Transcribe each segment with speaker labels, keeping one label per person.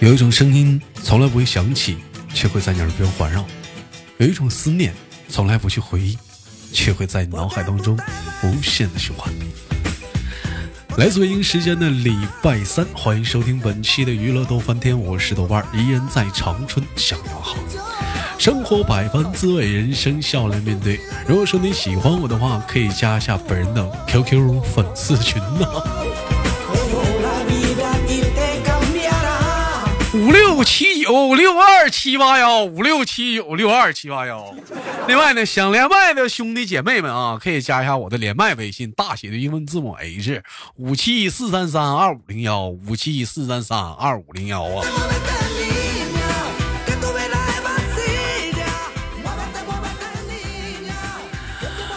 Speaker 1: 有一种声音从来不会响起，却会在你耳边环绕；有一种思念从来不去回忆，却会在你脑海当中无限的循环。来自北京时间的礼拜三，欢迎收听本期的娱乐逗翻天，我是豆瓣儿，依然在长春向你问好。生活百般滋味，人生笑来面对。如果说你喜欢我的话，可以加一下本人的 QQ 粉丝群呐、
Speaker 2: 五六七九六二七八幺，五六七九六二七八幺。另外呢，想连麦的兄弟姐妹们啊，可以加一下我的连麦微信，大写的英文字母 H 五七四三三二五零幺，五七四三三二五零幺啊。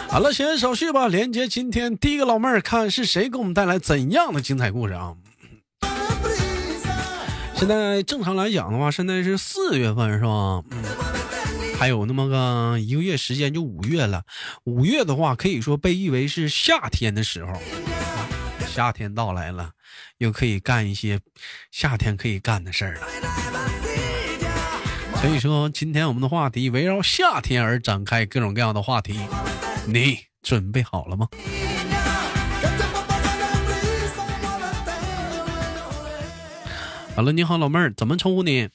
Speaker 2: 好了，闲言少叙吧，连接今天第一个老妹儿，看是谁给我们带来怎样的精彩故事啊？现在正常来讲的话，现在是四月份是吧？嗯，还有那么个一个月时间就五月了。五月的话，可以说被誉为是夏天的时候，夏天到来了，又可以干一些夏天可以干的事儿了。所以说，今天我们的话题围绕夏天而展开各种各样的话题，你准备好了吗？好了，你好，老妹儿，怎么称呼你？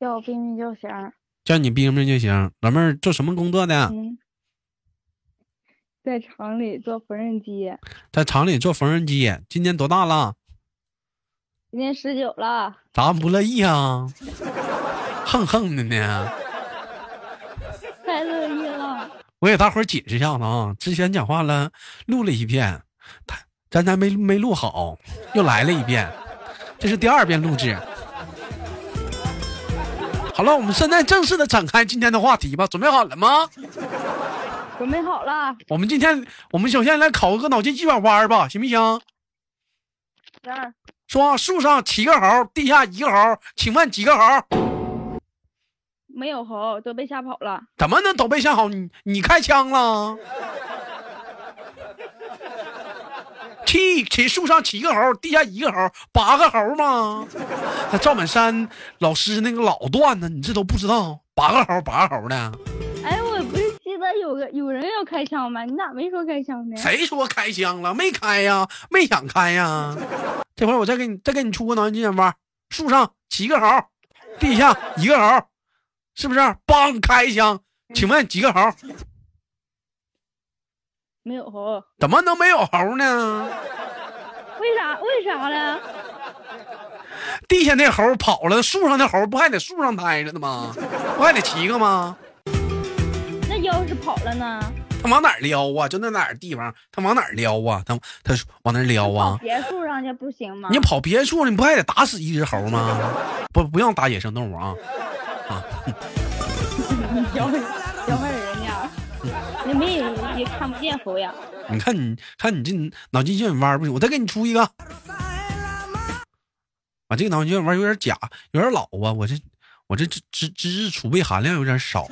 Speaker 3: 叫我冰冰就行。
Speaker 2: 叫你冰冰就行。老妹儿做什么工作的？
Speaker 3: 嗯，在厂里做缝纫机，
Speaker 2: 在厂里做缝纫机，今年多大了？
Speaker 3: 今年十九了，
Speaker 2: 咋不乐意啊？横横的呢。
Speaker 3: 太乐意了。
Speaker 2: 我给大伙儿解释一下子啊，之前讲话了，录了一遍，他咱咱没没录好，又来了一遍，这是第二遍录制。好了，我们现在正式的展开今天的话题吧，准备好了吗？
Speaker 3: 准备好了，
Speaker 2: 我们今天我们首先来考个脑筋急转弯儿吧，行不行？
Speaker 3: 十二
Speaker 2: 说树上七个猴，地下一个猴，请问几个猴？
Speaker 3: 没有猴都被吓跑了，
Speaker 2: 怎么能都被吓好？你你开枪了？七七树上七个猴，地下一个猴，八个猴吗？那赵本山老师那个老段子，你这都不知道？八个猴，八个猴的，
Speaker 3: 哎，我不是记得有个有人要开枪吗？你咋没说开枪呢？
Speaker 2: 谁说开枪了？没开呀，没想开呀。这回我再给你再给你出个脑筋急转弯儿：树上七个猴，地下一个猴，是不是？梆开枪，请问几个猴？
Speaker 3: 没有猴，
Speaker 2: 怎么能没有猴呢？
Speaker 3: 为啥？为啥呢？
Speaker 2: 地下那猴跑了，树上那猴不还得树上待着呢 吗？不还得骑个吗？
Speaker 3: 那要是跑了呢？
Speaker 2: 他往哪儿撩啊？就那哪儿地方，他往哪儿撩啊？他他往哪儿撩
Speaker 3: 跑
Speaker 2: 啊？
Speaker 3: 别墅上去不行吗？
Speaker 2: 你跑别处，你不还得打死一只猴吗？不，不让打野生动物啊！
Speaker 3: 你教会教会人家，你没也也看不见猴呀。
Speaker 2: 你看你看你这脑筋急转弯不行，我再给你出一个。啊，这个脑筋急转弯有点假，有点老啊！我这我这知知知识储备含量有点少。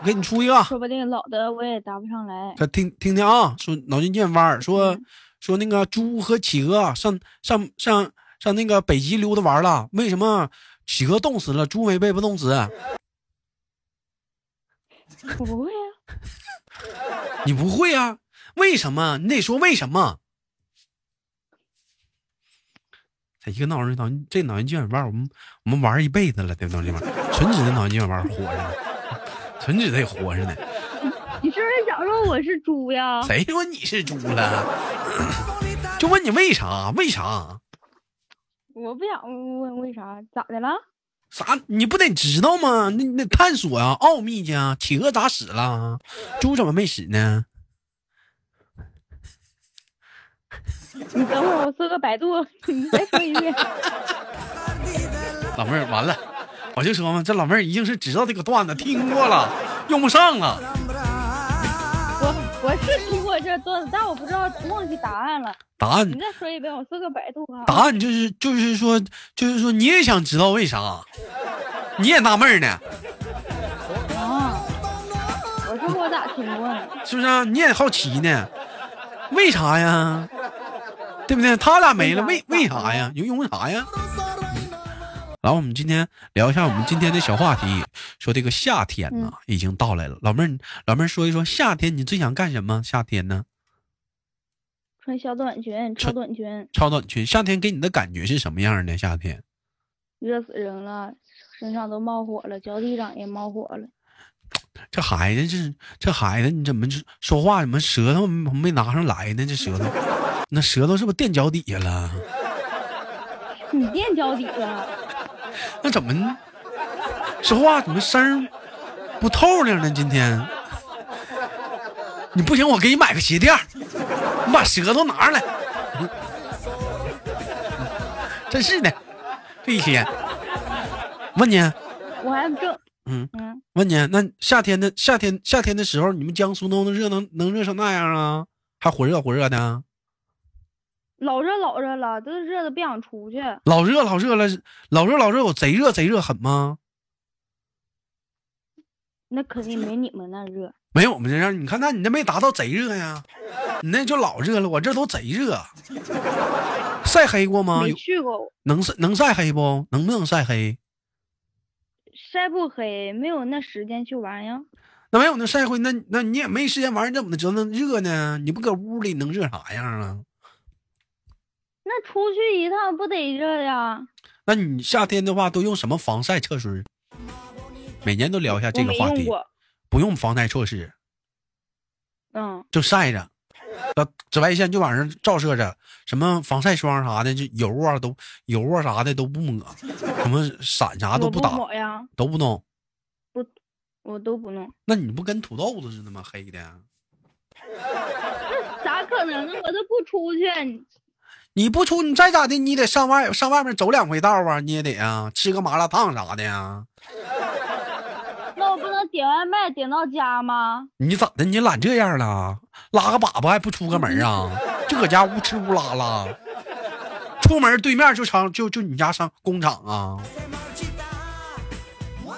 Speaker 2: 我给你出一个。
Speaker 3: 说不定老的我也答不上来。
Speaker 2: 他听听听啊，说脑筋急转弯儿，说、
Speaker 3: 嗯
Speaker 2: 说那个猪和企鹅啊上上上上那个北极溜达玩儿了，为什么企鹅冻死了，猪没被不冻死？啊
Speaker 3: 我不会呀、啊
Speaker 2: 你不会啊？为什么？你得说为什么？这一个脑筋脑筋这脑筋急转弯儿，我们我们玩儿一辈子了，对不对？这玩意儿纯指的脑筋急转弯儿活着呢，纯指的也活着呢。
Speaker 3: 你是不是想说我是猪呀？
Speaker 2: 谁说你是猪了？就问你为啥？为啥？
Speaker 3: 我不想问为啥，咋的了？
Speaker 2: 啥？你不得知道吗？那那探索啊，奥秘去啊！企鹅咋死了？啊猪怎么没死呢？
Speaker 3: 你等会儿我搜个百度，你再说一遍。
Speaker 2: 老妹儿，完了，我就说嘛，这老妹儿一定是知道这个段子，听过了，用不上了。
Speaker 3: 我我是听过这段子，但我不知道忘记答案了。
Speaker 2: 答案
Speaker 3: 你再说一遍，我搜个百度啊。
Speaker 2: 答案就是就是说就是说你也想知道为啥？你也纳闷儿呢，
Speaker 3: 啊！我说我咋听过呢？
Speaker 2: 是不是啊、你也好奇呢？为啥呀？对不对？他俩没了，
Speaker 3: 为
Speaker 2: 为
Speaker 3: 啥
Speaker 2: 为啥呀？因为啥呀？然后我们今天聊一下我们今天的小话题，说这个夏天呢、已经到来了。老妹儿，老妹儿说一说夏天你最想干什么？夏天呢，
Speaker 3: 穿小短裙、超
Speaker 2: 穿
Speaker 3: 短裙，
Speaker 2: 超短裙，夏天给你的感觉是什么样的？夏天，
Speaker 3: 热死人了，身上都冒火了，脚底掌也冒火了。
Speaker 2: 这孩子这这孩子你怎么这说话怎么舌头没拿上来呢？这舌头，那舌头是不是垫脚底下了？
Speaker 3: 你垫脚底了，
Speaker 2: 那怎么说话怎么声儿不透亮呢？今天你不行，我给你买个鞋垫儿，你把舌头拿上来。真是的，这一天。问你，
Speaker 3: 我还正
Speaker 2: 嗯
Speaker 3: 嗯，
Speaker 2: 问你，那夏天的夏天夏天的时候，你们江苏能能热能能热成那样啊？还火热火热的，啊
Speaker 3: 老热老热了，都热的不想出去。
Speaker 2: 老热老热了，老热老热，我贼热贼热狠吗？
Speaker 3: 那肯定没你们那热。
Speaker 2: 没有我们这样，你看那你这没达到贼热呀，你那就老热了，我这都贼热。晒黑过吗？
Speaker 3: 没
Speaker 2: 有
Speaker 3: 去过，
Speaker 2: 能晒能晒黑不？能不能晒黑？
Speaker 3: 晒不黑，没有那时间去玩呀。
Speaker 2: 那没有那晒黑，那那你也没时间玩，你怎么能折腾热呢？你不搁屋里能热啥样啊？
Speaker 3: 那出去一趟不得热呀？
Speaker 2: 那你夏天的话都用什么防晒措施？每年都聊一下这
Speaker 3: 我
Speaker 2: 个
Speaker 3: 没
Speaker 2: 话
Speaker 3: 用
Speaker 2: 题，
Speaker 3: 过。
Speaker 2: 不用防晒措施，
Speaker 3: 嗯，
Speaker 2: 就晒着，呃，紫外线就往上照射着，什么防晒霜啥的，就油啊都油啊啥的都不抹，什么伞啥都
Speaker 3: 我不
Speaker 2: 打，
Speaker 3: 抹呀，
Speaker 2: 都不弄。
Speaker 3: 我都不弄。
Speaker 2: 那你不跟土豆子似的吗？黑的，啊
Speaker 3: 咋可能呢？我都不出去，
Speaker 2: 你不出，你再咋的，你得上外上外面走两回道啊，你也得啊，吃个麻辣烫啥的啊呀。
Speaker 3: 那我不能点外卖点到家吗？
Speaker 2: 你咋的？你懒这样了？拉个粑粑还不出个门啊？就搁家乌吃乌拉拉，出门对面就厂就就你家上工厂啊？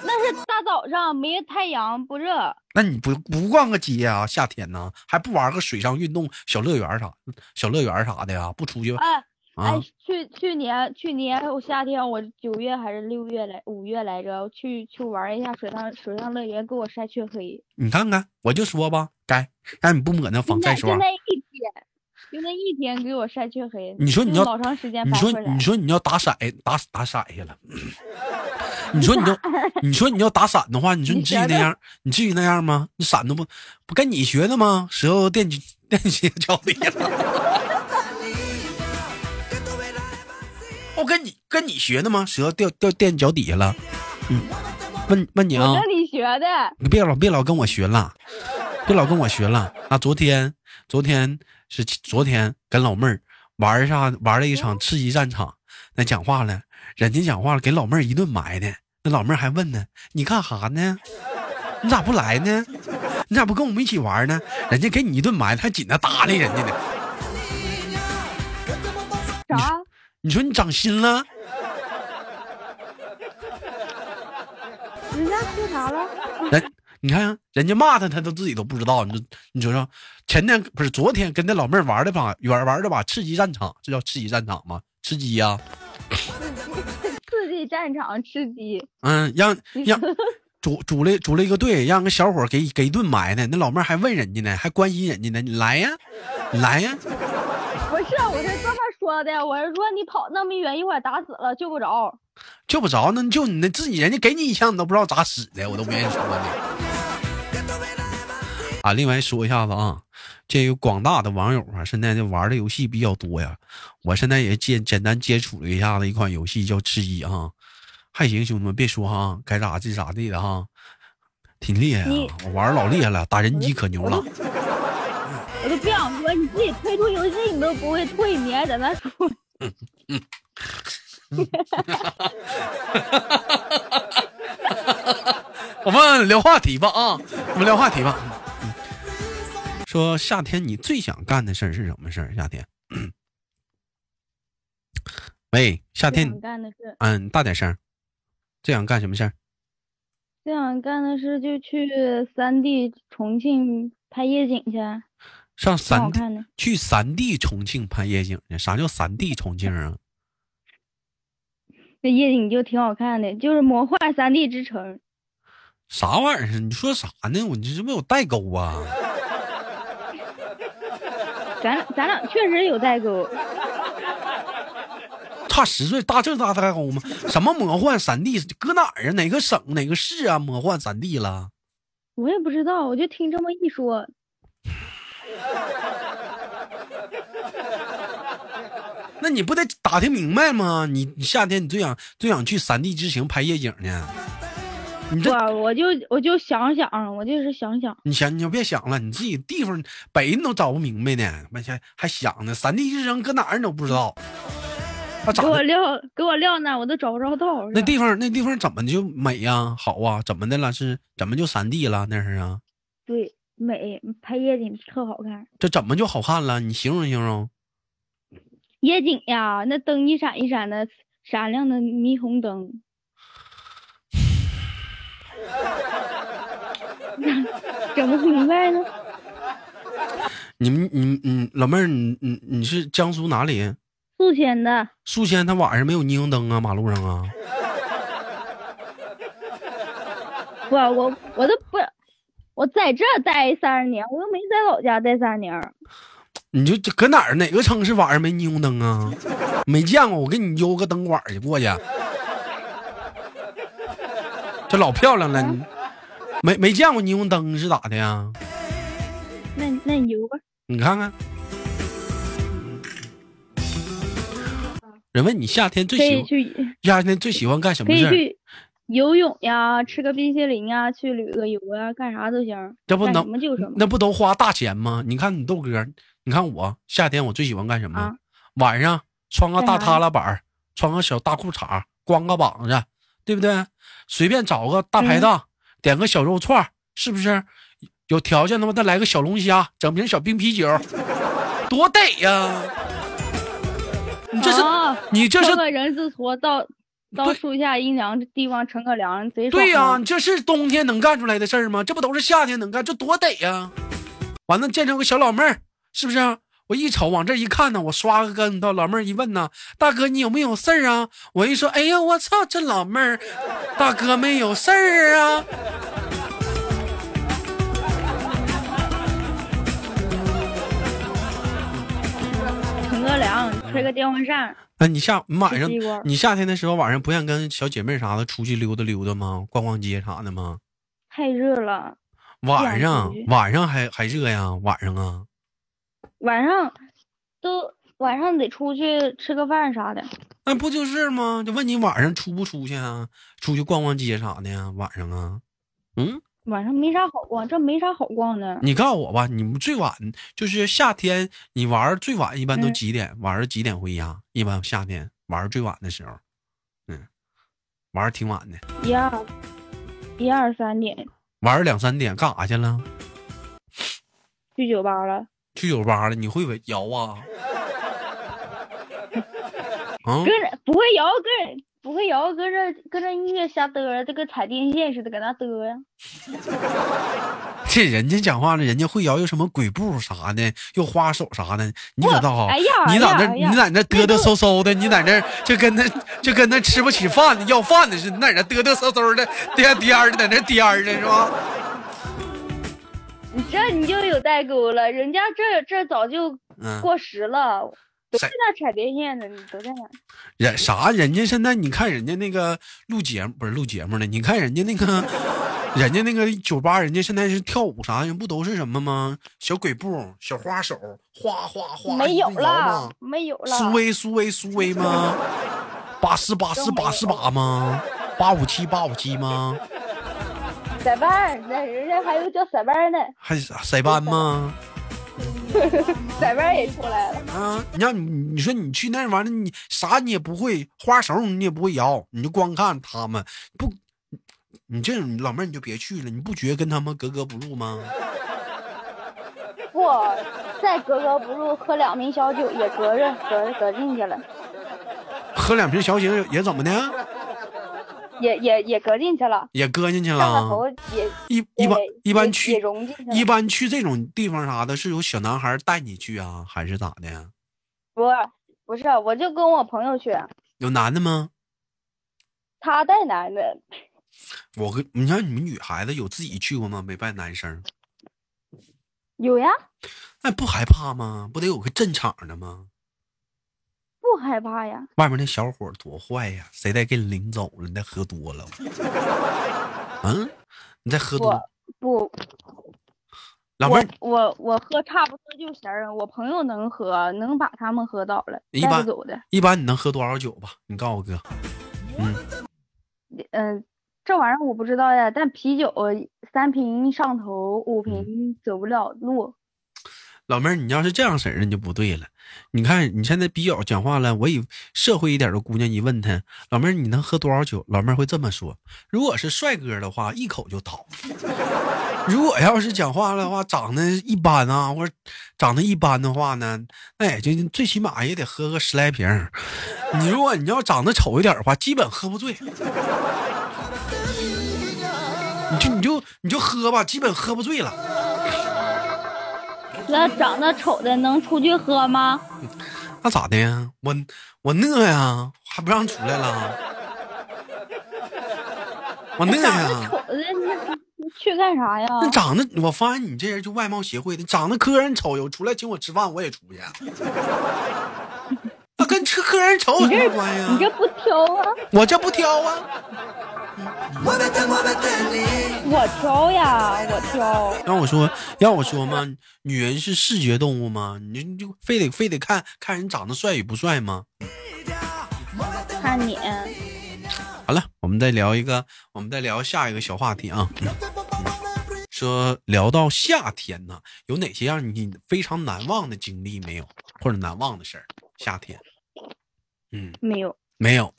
Speaker 3: 那是大早上没太阳不热，
Speaker 2: 那你不不逛个街啊？夏天呢，还不玩个水上运动小乐园啥小乐园啥的呀？不出去啊？
Speaker 3: 哎哎，去去年去年我夏天我九月还是六月来五月来着，去去玩一下水上水上乐园，给我晒黢黑。
Speaker 2: 你看看，我就说吧，该让你不抹那防晒
Speaker 3: 就那
Speaker 2: 霜
Speaker 3: 就。那一天，就那一天给我晒黢黑。
Speaker 2: 你说你
Speaker 3: 就
Speaker 2: 要
Speaker 3: 老长时间
Speaker 2: 你
Speaker 3: 白
Speaker 2: 说
Speaker 3: 回来
Speaker 2: 你，说你要打伞打打伞去 了，你说你要你说你要打伞的话，你说你
Speaker 3: 你
Speaker 2: 至于
Speaker 3: 学
Speaker 2: 那
Speaker 3: 的
Speaker 2: 样，你至于那样吗？你伞都不不跟你学的吗？舌头垫脚垫鞋脚底了，我跟你跟你学的吗？舌头掉掉垫脚底下了。嗯，问问你啊，
Speaker 3: 我跟你学的，
Speaker 2: 你别老别老跟我学了，别老跟我学了。啊，昨天昨天是昨天跟老妹儿玩一下玩了一场刺激战场，那讲话了，人家讲话了，给老妹儿一顿埋汰。那老妹儿还问呢，你干啥呢？你咋不来呢？你咋不跟我们一起玩呢？人家给你一顿埋汰，还紧着搭理人家呢。
Speaker 3: 啥？
Speaker 2: 你说你长心了？
Speaker 3: 人家说啥了？
Speaker 2: 人你看人家骂他，他都自己都不知道。你就你说说，前天不是昨天跟那老妹儿玩的把玩玩的把刺激战场，这叫刺激战场吗？吃鸡呀、
Speaker 3: 刺激战场吃鸡，
Speaker 2: 嗯，让让 组组了组了一个队，让个小伙儿给给一顿埋汰。那老妹儿还问人家呢，还关心人家呢，你来呀，你来呀，
Speaker 3: 不是，我是这么说的，我是说你跑那么远，一会儿打死了救不着。
Speaker 2: 救不着呢，就你那自己人家给你一枪，你都不知道咋使的，我都不愿意说你。啊，另外说一下子啊，这个广大的网友啊，现在这玩的游戏比较多呀。我现在也接简单接触了一下子一款游戏叫《吃鸡》啊，还行，兄弟们别说哈、该咋地咋地的哈、挺厉害啊
Speaker 3: 你，
Speaker 2: 我玩儿老厉害了，打人机可牛了。
Speaker 3: 我都不想说，你自己退出游戏你都不会退，你还在那说。
Speaker 2: 我们聊话题吧啊， 我们聊话题吧。嗯说夏天你最想干的事儿是什么事儿？夏天， 喂，夏
Speaker 3: 最
Speaker 2: 天
Speaker 3: 想，干的事，
Speaker 2: 嗯，大点声儿。最想干什么事儿？
Speaker 3: 最想干的事就去三 D 重庆拍夜景去。
Speaker 2: 上
Speaker 3: 挺好
Speaker 2: 三地
Speaker 3: 看的。
Speaker 2: 去三地重庆拍夜景去。啥叫三地重庆啊？
Speaker 3: 那夜景就挺好看的，就是魔幻三 D 之城。
Speaker 2: 啥玩意儿？你说啥呢？我你是不是有代沟啊？
Speaker 3: 咱俩咱俩确实有代沟，
Speaker 2: 差十岁，大这大代沟吗？什么魔幻三 D？搁哪儿啊？哪个省哪个市啊？魔幻三 D 了？
Speaker 3: 我也不知道，我就听这么一说。
Speaker 2: 那你不得打听明白吗？你你夏天你最想最想去三地之行拍夜景呢？你这
Speaker 3: 我我就我就想想，我就是想想，
Speaker 2: 你想你就别想了，你自己地方北你都找不明白呢，完全还想呢，三地之行搁哪儿你都不知道，那咋
Speaker 3: 给
Speaker 2: 的
Speaker 3: 我撂给我撂那，我都找不着道儿。
Speaker 2: 那地方那地方怎么就美呀、好啊？怎么的了？是怎么就三地了？那是啊，
Speaker 3: 对美拍夜景特好看，
Speaker 2: 这怎么就好看了？你形容形容。
Speaker 3: 夜景呀，那灯一闪一闪的，闪亮的霓虹灯。 整不明白呢，
Speaker 2: 你们你们你老妹儿，你你你是江苏哪里？
Speaker 3: 宿迁的
Speaker 2: 宿迁，它晚上没有霓虹灯啊，马路上啊？
Speaker 3: 我我我都不，我在这儿待三十年，我又没在老家待三年儿。
Speaker 2: 你就这搁哪儿哪个城市晚上没霓虹灯啊？没见过，我给你邮个灯管去过去。这老漂亮了，你没没见过霓虹灯是咋的呀？
Speaker 3: 那那你游吧，
Speaker 2: 你看看，人问你夏天最
Speaker 3: 可以
Speaker 2: 喜欢
Speaker 3: 去
Speaker 2: 夏天最喜欢干什
Speaker 3: 可
Speaker 2: 么
Speaker 3: 以
Speaker 2: 事儿？
Speaker 3: 去游泳呀，吃个冰淇淋呀，去旅个游啊，干啥都行。
Speaker 2: 这不
Speaker 3: 干
Speaker 2: 能
Speaker 3: 什么就什么。
Speaker 2: 那不都花大钱吗？你看你豆哥，你看我夏天我最喜欢干什么？
Speaker 3: 啊
Speaker 2: 晚上穿个大
Speaker 3: 干啥
Speaker 2: 塌拉板儿，穿个小大裤衩儿，光个膀子，对不对？随便找个大
Speaker 3: 嗯
Speaker 2: 排档，点个小肉串儿，是不是？有条件他妈再来个小龙虾，整瓶小冰啤酒，多得呀、你这是、
Speaker 3: 啊，
Speaker 2: 你这是
Speaker 3: 挑个人字拖到到
Speaker 2: 对
Speaker 3: 树下阴凉地方乘个凉，贼爽。啊
Speaker 2: 对呀、你这是冬天能干出来的事儿吗？这不都是夏天能干，这多得呀、完了，见着个小老妹儿，是不是啊？我一瞅往这一看呢，我刷个跟头，老妹儿一问呢，大哥你有没有事儿啊？我一说，哎呀，我操，这老妹儿，大哥没有事儿啊。
Speaker 3: 乘个凉，吹个电风扇，
Speaker 2: 那哎你夏你晚上
Speaker 3: 吃西瓜
Speaker 2: 你夏天的时候晚上不愿跟小姐妹啥的出去溜达溜达吗？逛逛街啥的吗？
Speaker 3: 太热了。
Speaker 2: 晚上
Speaker 3: 出去
Speaker 2: 晚上还还热呀？晚上啊？
Speaker 3: 晚上都晚上得出去吃个饭啥的。
Speaker 2: 那不就是吗？就问你晚上出不出去啊？出去逛逛街啥的呀？晚上啊？嗯，
Speaker 3: 晚上没啥好逛，这没啥好逛的。
Speaker 2: 你告诉我吧，你们最晚就是夏天，你玩儿最晚一般都
Speaker 3: 嗯
Speaker 2: 几点？晚上几点回家？一般夏天玩儿最晚的时候，嗯，玩儿挺晚的，
Speaker 3: 一二一二三点
Speaker 2: 玩儿两三点干啥去了？
Speaker 3: 去酒吧了，
Speaker 2: 去酒吧了？你会不会摇啊？ 啊
Speaker 3: 跟，着不会摇，跟着不会摇，跟着跟着音乐瞎嘚儿，就跟踩电线似的搁那嘚儿呀。
Speaker 2: 这人家讲话呢，人家会摇又什么鬼步啥的，又花手啥的，你可倒好。
Speaker 3: 哎呀，
Speaker 2: 你在
Speaker 3: 哎
Speaker 2: 那
Speaker 3: 呀
Speaker 2: 儿，
Speaker 3: 哎呀
Speaker 2: 你在那儿嘚嘚嗖嗖的，你在那儿就跟那就跟那吃不起饭的要饭的似的，你在那儿嘚嘚嗖嗖的颠颠儿的，在那儿颠儿的是吧？
Speaker 3: 你这你就有代沟了，人家这这早就
Speaker 2: 嗯，
Speaker 3: 过时了，都
Speaker 2: 谁
Speaker 3: 在那踩电线呢，你都在那。
Speaker 2: 人啥？人家现在你看人家那个录节目不是录节目呢？你看人家那个，人家那个酒吧，人家现在是跳舞啥，人不都是什么吗？小鬼步、小花手，哗哗哗，
Speaker 3: 没有
Speaker 2: 一直摇
Speaker 3: 了
Speaker 2: 吗，？
Speaker 3: 没有了。
Speaker 2: 苏威苏威苏威吗？八四八四八四八吗？八五七八五七吗？
Speaker 3: 塞班儿，那人家还有叫塞班儿呢，
Speaker 2: 还是塞班吗？
Speaker 3: 塞班儿也出来了。
Speaker 2: 啊，你让你你说你去那玩意儿，你啥你也不会，花手你也不会摇，你就光看他们不，你这种老妹儿你就别去了，你不觉得跟他们格格不入吗？
Speaker 3: 不，再格格不入，喝两瓶小酒也隔着隔着隔进去了。
Speaker 2: 喝两瓶小酒也怎么的？
Speaker 3: 也也也搁进去了，
Speaker 2: 也搁进去
Speaker 3: 上
Speaker 2: 了。
Speaker 3: 了头也
Speaker 2: 一啊一般
Speaker 3: 也
Speaker 2: 一般
Speaker 3: 也也
Speaker 2: 去
Speaker 3: 融进去了
Speaker 2: 一般去这种地方啥的，是有小男孩带你去啊，还是咋的？
Speaker 3: 不是不是，我就跟我朋友去，
Speaker 2: 有男的吗？
Speaker 3: 他带男的，
Speaker 2: 我跟你看你们女孩子有自己去过吗？没带男生，
Speaker 3: 有呀，
Speaker 2: 那、不害怕吗？不得有个镇场的吗？
Speaker 3: 不害怕呀，
Speaker 2: 外面那小伙儿多坏呀，谁再给你领走了？你再喝多了， 嗯，你再喝多，
Speaker 3: 不，
Speaker 2: 老妹
Speaker 3: 我
Speaker 2: 儿，
Speaker 3: 我我喝差不多就行儿，我朋友能喝，能把他们喝倒了，
Speaker 2: 一
Speaker 3: 带
Speaker 2: 般
Speaker 3: 不走的。
Speaker 2: 一般你能喝多少酒吧？你告诉我哥，
Speaker 3: 嗯、这玩意儿我不知道呀，但啤酒三瓶上头，
Speaker 2: 嗯
Speaker 3: 五瓶走不了路。
Speaker 2: 老妹儿，你要是这样式儿的，你就不对了。你看你现在比较讲话了，我以社会一点的姑娘一问她，老妹儿你能喝多少酒？老妹儿会这么说：如果是帅哥的话，一口就倒； 如果要是讲话的话，长得一般啊，或者长得一般的话呢，那也就最起码也得喝个十来瓶儿。你如果你要长得丑一点的话，基本喝不醉。你就你就你就喝吧，基本喝不醉了。
Speaker 3: 那长得丑的能出去喝吗？
Speaker 2: 那咋的呀？我我饿呀，还不让出来了？我饿
Speaker 3: 长得丑
Speaker 2: 呀！
Speaker 3: 的你去干啥呀？
Speaker 2: 那长得，我发现你这人就外貌协会的，长得客人丑，有出来请我吃饭，我也出去。啊那跟吃客人丑有什么关系
Speaker 3: 你这
Speaker 2: 啊？
Speaker 3: 不挑啊？
Speaker 2: 我这不挑啊！
Speaker 3: 我挑呀，我挑。
Speaker 2: 让我说，让我说嘛，女人是视觉动物吗？你你就非得非得看看人长得帅与不帅吗？
Speaker 3: 看你，
Speaker 2: 好了，我们再聊一个，我们再聊下一个小话题啊。说聊到夏天呢，有哪些让你非常难忘的经历没有，或者难忘的事儿？夏天，嗯，
Speaker 3: 没有，
Speaker 2: 没有。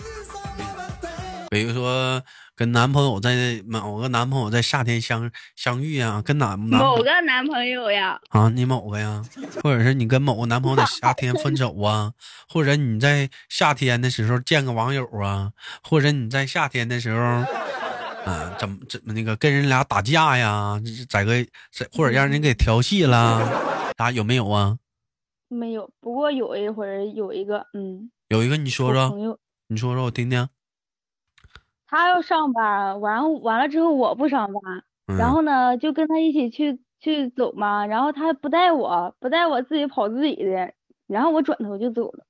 Speaker 2: 比如说跟男朋友在某个男朋友在夏天相相遇啊，跟男男
Speaker 3: 某个男朋友呀，
Speaker 2: 啊，你某个呀，或者是你跟某个男朋友在夏天分手啊，或者你在夏天的时候见个网友啊，或者你在夏天的时候，嗯、怎么怎么那个跟人俩打架呀，这在个在或者让人给调戏啦，啥有没有啊？
Speaker 3: 没有。不过有一回儿有一个，嗯，
Speaker 2: 有一个你说
Speaker 3: 我
Speaker 2: 说
Speaker 3: 朋，友
Speaker 2: 你说说我听听。
Speaker 3: 他要上班，完完了之后我不上班，
Speaker 2: 嗯、
Speaker 3: 然后呢就跟他一起去去走嘛，然后他不带我，不带我自己跑自己的，然后我转头就走了，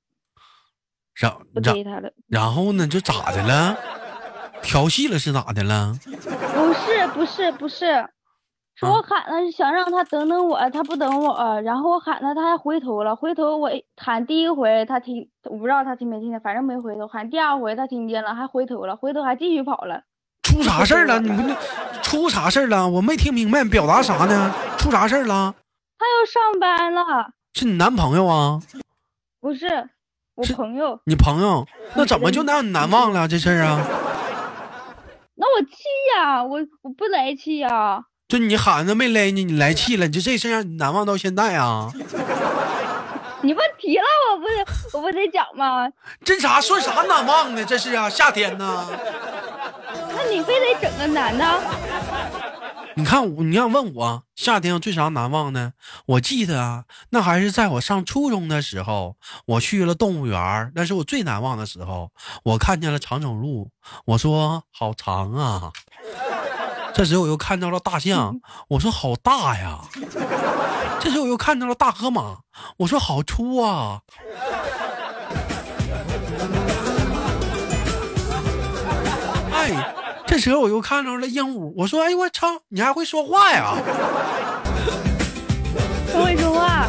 Speaker 2: 然
Speaker 3: 不
Speaker 2: 然
Speaker 3: 追他了。
Speaker 2: 然后呢，就咋的了？调戏了是咋的了？
Speaker 3: 不是不是不是，是我喊他想让他等等我，他不等我，然后我喊他，他还回头了，回头我一喊第一回他听，我不知道他听没听见，反正没回头，喊第二回他听见了，还回头了，回头还继续跑了。
Speaker 2: 出啥事儿了？你不那出啥事儿了？我没听明白，表达啥呢？出啥事儿了？
Speaker 3: 他要上班了，
Speaker 2: 是你男朋友啊？
Speaker 3: 不是我
Speaker 2: 是
Speaker 3: 朋友。
Speaker 2: 你朋友？那怎么就让你难忘了这事儿啊？
Speaker 3: 那我气呀、我我不来气呀、
Speaker 2: 就你喊着没勒你，你来气了，你就这事儿让你难忘到现在啊？
Speaker 3: 你问题了，我不得我不得讲吗？
Speaker 2: 这啥算啥难忘呢？这是啊，夏天呢？
Speaker 3: 那你非得整个男的，
Speaker 2: 你看我，你要问我夏天最啥难忘呢？我记得啊，那还是在我上初中的时候，我去了动物园儿，那是我最难忘的时候。我看见了长颈鹿，我说好长啊。这时候我又看到了大象，我说好大呀。这时候我又看到了大河马，我说好粗啊。哎，这时候我又看到了鹦鹉，我说哎我操，你还会说话呀？
Speaker 3: 不会说话。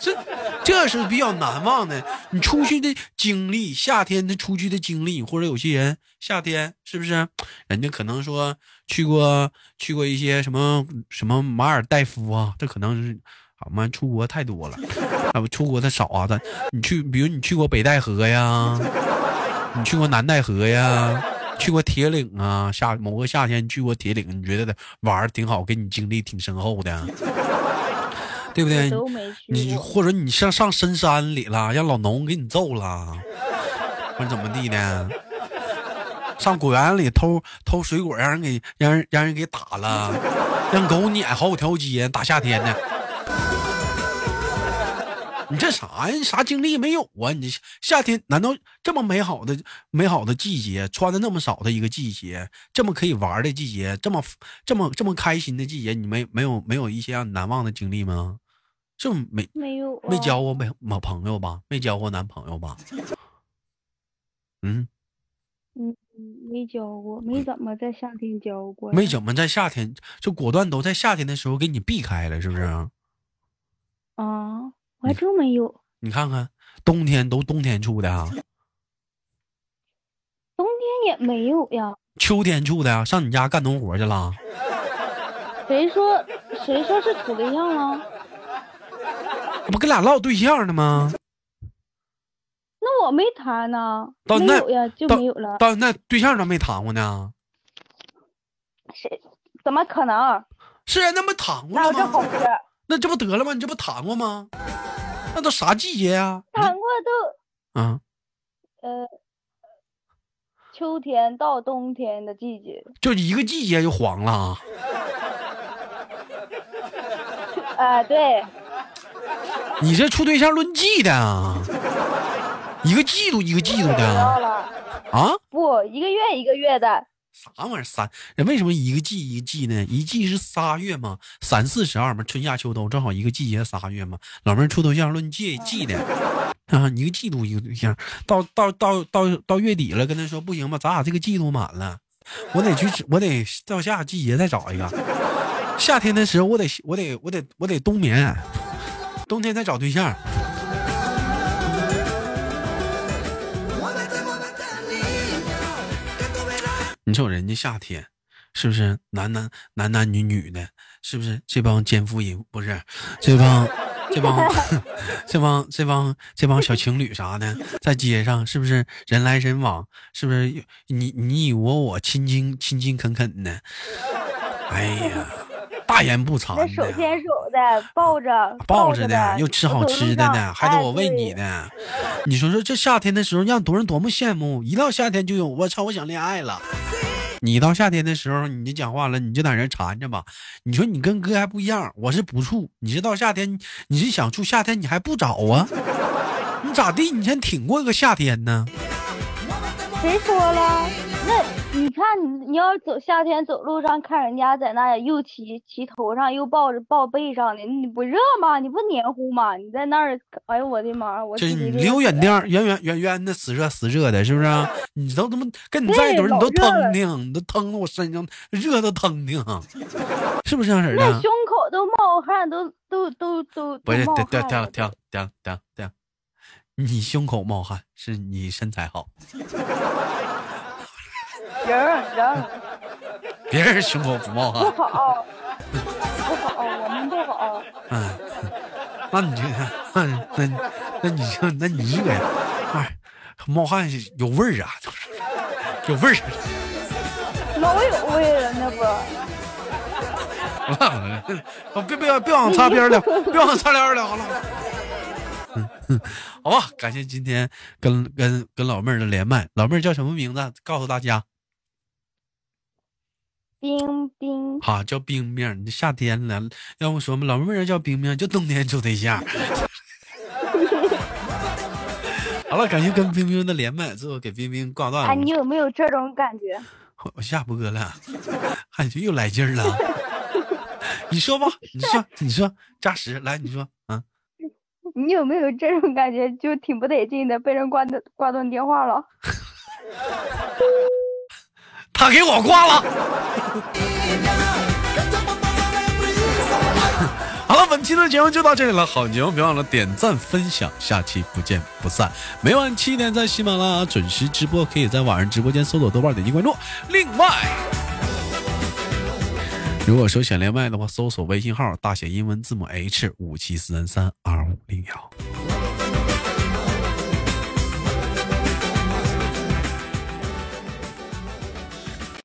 Speaker 2: 这这是比较难忘的。你出去的经历，夏天的出去的经历，或者有些人夏天是不是，人家可能说去过去过一些什么什么马尔代夫啊，这可能是。俺们出国太多了，啊，出国的少啊。咱你去，比如你去过北戴河呀，你去过南戴河呀，去过铁岭啊。夏某个夏天你去过铁岭，你觉得玩儿挺好，给你经历挺深厚的，对不对？啊
Speaker 3: 都没去
Speaker 2: 你
Speaker 3: 过，
Speaker 2: 或者你上上深山里了，让老农给你揍了，或者怎么地的？上果园里偷偷水果，让人给让人让人给打了，让狗撵好几条街，大夏天的。你这啥呀？你啥经历没有啊？你这夏天难道这么美好的美好的季节，穿的那么少的一个季节，这么可以玩的季节，这么这么这么开心的季节，你没没有没有一些让你难忘的经历吗？这没
Speaker 3: 没有、啊，
Speaker 2: 没交过没没朋友吧？没交过男朋友吧？嗯
Speaker 3: 嗯，没交过，没怎么在夏天交过，
Speaker 2: 没怎么在夏天就果断都在夏天的时候给你避开了，是不是？
Speaker 3: 啊、嗯，我还真没有。
Speaker 2: 你看看，冬天都冬天处的啊，
Speaker 3: 冬天也没有呀，
Speaker 2: 秋天处的啊，上你家干农活去了。
Speaker 3: 谁说谁说是啊处对象了？
Speaker 2: 不跟俩唠对象呢吗？
Speaker 3: 那我没谈呢，
Speaker 2: 到
Speaker 3: 没有呀，就没有了。
Speaker 2: 到那对象都没谈过呢，
Speaker 3: 谁？怎么可能？
Speaker 2: 是啊，那不谈过
Speaker 3: 哪有
Speaker 2: 了
Speaker 3: 这好
Speaker 2: 吗？
Speaker 3: 事？
Speaker 2: 那这不得了吗？你这不谈过吗？那都啥季节呀、
Speaker 3: 谈过都
Speaker 2: 啊，
Speaker 3: 呃，秋天到冬天的季节，
Speaker 2: 就一个季节就黄了啊。
Speaker 3: 哎、对，
Speaker 2: 你这处对象论季的啊，一个季度一个季度
Speaker 3: 知道
Speaker 2: 的
Speaker 3: 了。
Speaker 2: 啊？
Speaker 3: 不，一个月一个月的，
Speaker 2: 啥玩意儿三？人为什么一个季一个季呢？一季是仨月嘛，三四十二嘛，春夏秋冬正好一个季节仨月嘛。老妹儿处对象论季季的啊，一个季度一个对象，到到到到到月底了，跟他说不行吧，咱俩这个季度满了，我得去，我得到下季节再找一个。夏天的时候我得我得我得我得冬眠，冬天再找对象。你瞅人家夏天，是不是男男男男女女的，是不是这帮奸夫淫不是这帮这帮这帮这帮这帮小情侣啥的，在街上是不是人来人往，是不是你你我我亲亲亲亲恳恳的？哎呀，大言不惭
Speaker 3: 那
Speaker 2: 的，
Speaker 3: 手牵手的，抱着
Speaker 2: 抱
Speaker 3: 着
Speaker 2: 着
Speaker 3: 的
Speaker 2: 的，，又吃好吃的呢，
Speaker 3: 哎
Speaker 2: 还得我喂你
Speaker 3: 呢。
Speaker 2: 呢。你说说这夏天的时候，让多人多么羡慕！一到夏天就有，我操，我想恋爱了。你一到夏天的时候，你就讲话了，你就在那儿缠着吧。你说你跟哥还不一样，我是不处，你是到夏天，你是想处夏天，你还不找啊？你咋地？你先挺过个夏天呢？
Speaker 3: 对谁说了？那你看你，你要走夏天走路上看人家在那又骑骑头上又抱着抱背上的，你不热吗？你不黏糊吗？你在那儿，哎呦我的妈！我
Speaker 2: 这
Speaker 3: 心
Speaker 2: 你
Speaker 3: 里
Speaker 2: 离我远点儿，远远远远的，死热死热的，是不是啊、你都他妈跟你在一堆儿，你都
Speaker 3: 对老
Speaker 2: 腾
Speaker 3: 热了
Speaker 2: 腾，你都腾到我身上，热都腾腾，是不是这样式儿的？啊
Speaker 3: 那胸口都冒汗，都都都都
Speaker 2: 不是，
Speaker 3: 都冒
Speaker 2: 等等
Speaker 3: 汗
Speaker 2: 等
Speaker 3: 了
Speaker 2: 等等等等，你胸口冒汗是你身材好，
Speaker 3: 人儿人儿
Speaker 2: 别人胸口不冒
Speaker 3: 不
Speaker 2: 汗。
Speaker 3: 好，不好，我们不好。
Speaker 2: 嗯，那你就，嗯那那你就那你热呀，哎，冒汗是有味儿啊，有味儿。啊
Speaker 3: 老有味了，那不，
Speaker 2: 我 别别别往擦边儿了，别往擦边儿了，好了。 好了嗯，好吧，感谢今天跟跟跟老妹儿的连麦，老妹儿叫什么名字？啊告诉大家。
Speaker 3: 冰冰，
Speaker 2: 哈、叫冰冰，你夏天了，要不说嘛，老妹儿叫冰冰，就冬天处对象。 好了，感谢跟冰冰的连麦，最后给冰冰挂断了。
Speaker 3: 哎，你有没有这种感觉？
Speaker 2: 我我下播了， 还又来劲儿了。 你说吧，你说，你说，扎实来，你说，啊，
Speaker 3: 你有没有这种感觉？就挺不得劲的，被人挂断挂断电话了。
Speaker 2: 他给我挂了。 好了，本期的节目就到这里了。好节目，别忘了点赞分享，下期不见不散。每晚七点在喜马拉雅准时直播，可以在晚上直播间搜索豆瓣点击关注。另外，如果说想连麦的话，搜索微信号大写英文字母 H 五七四三三二五零幺。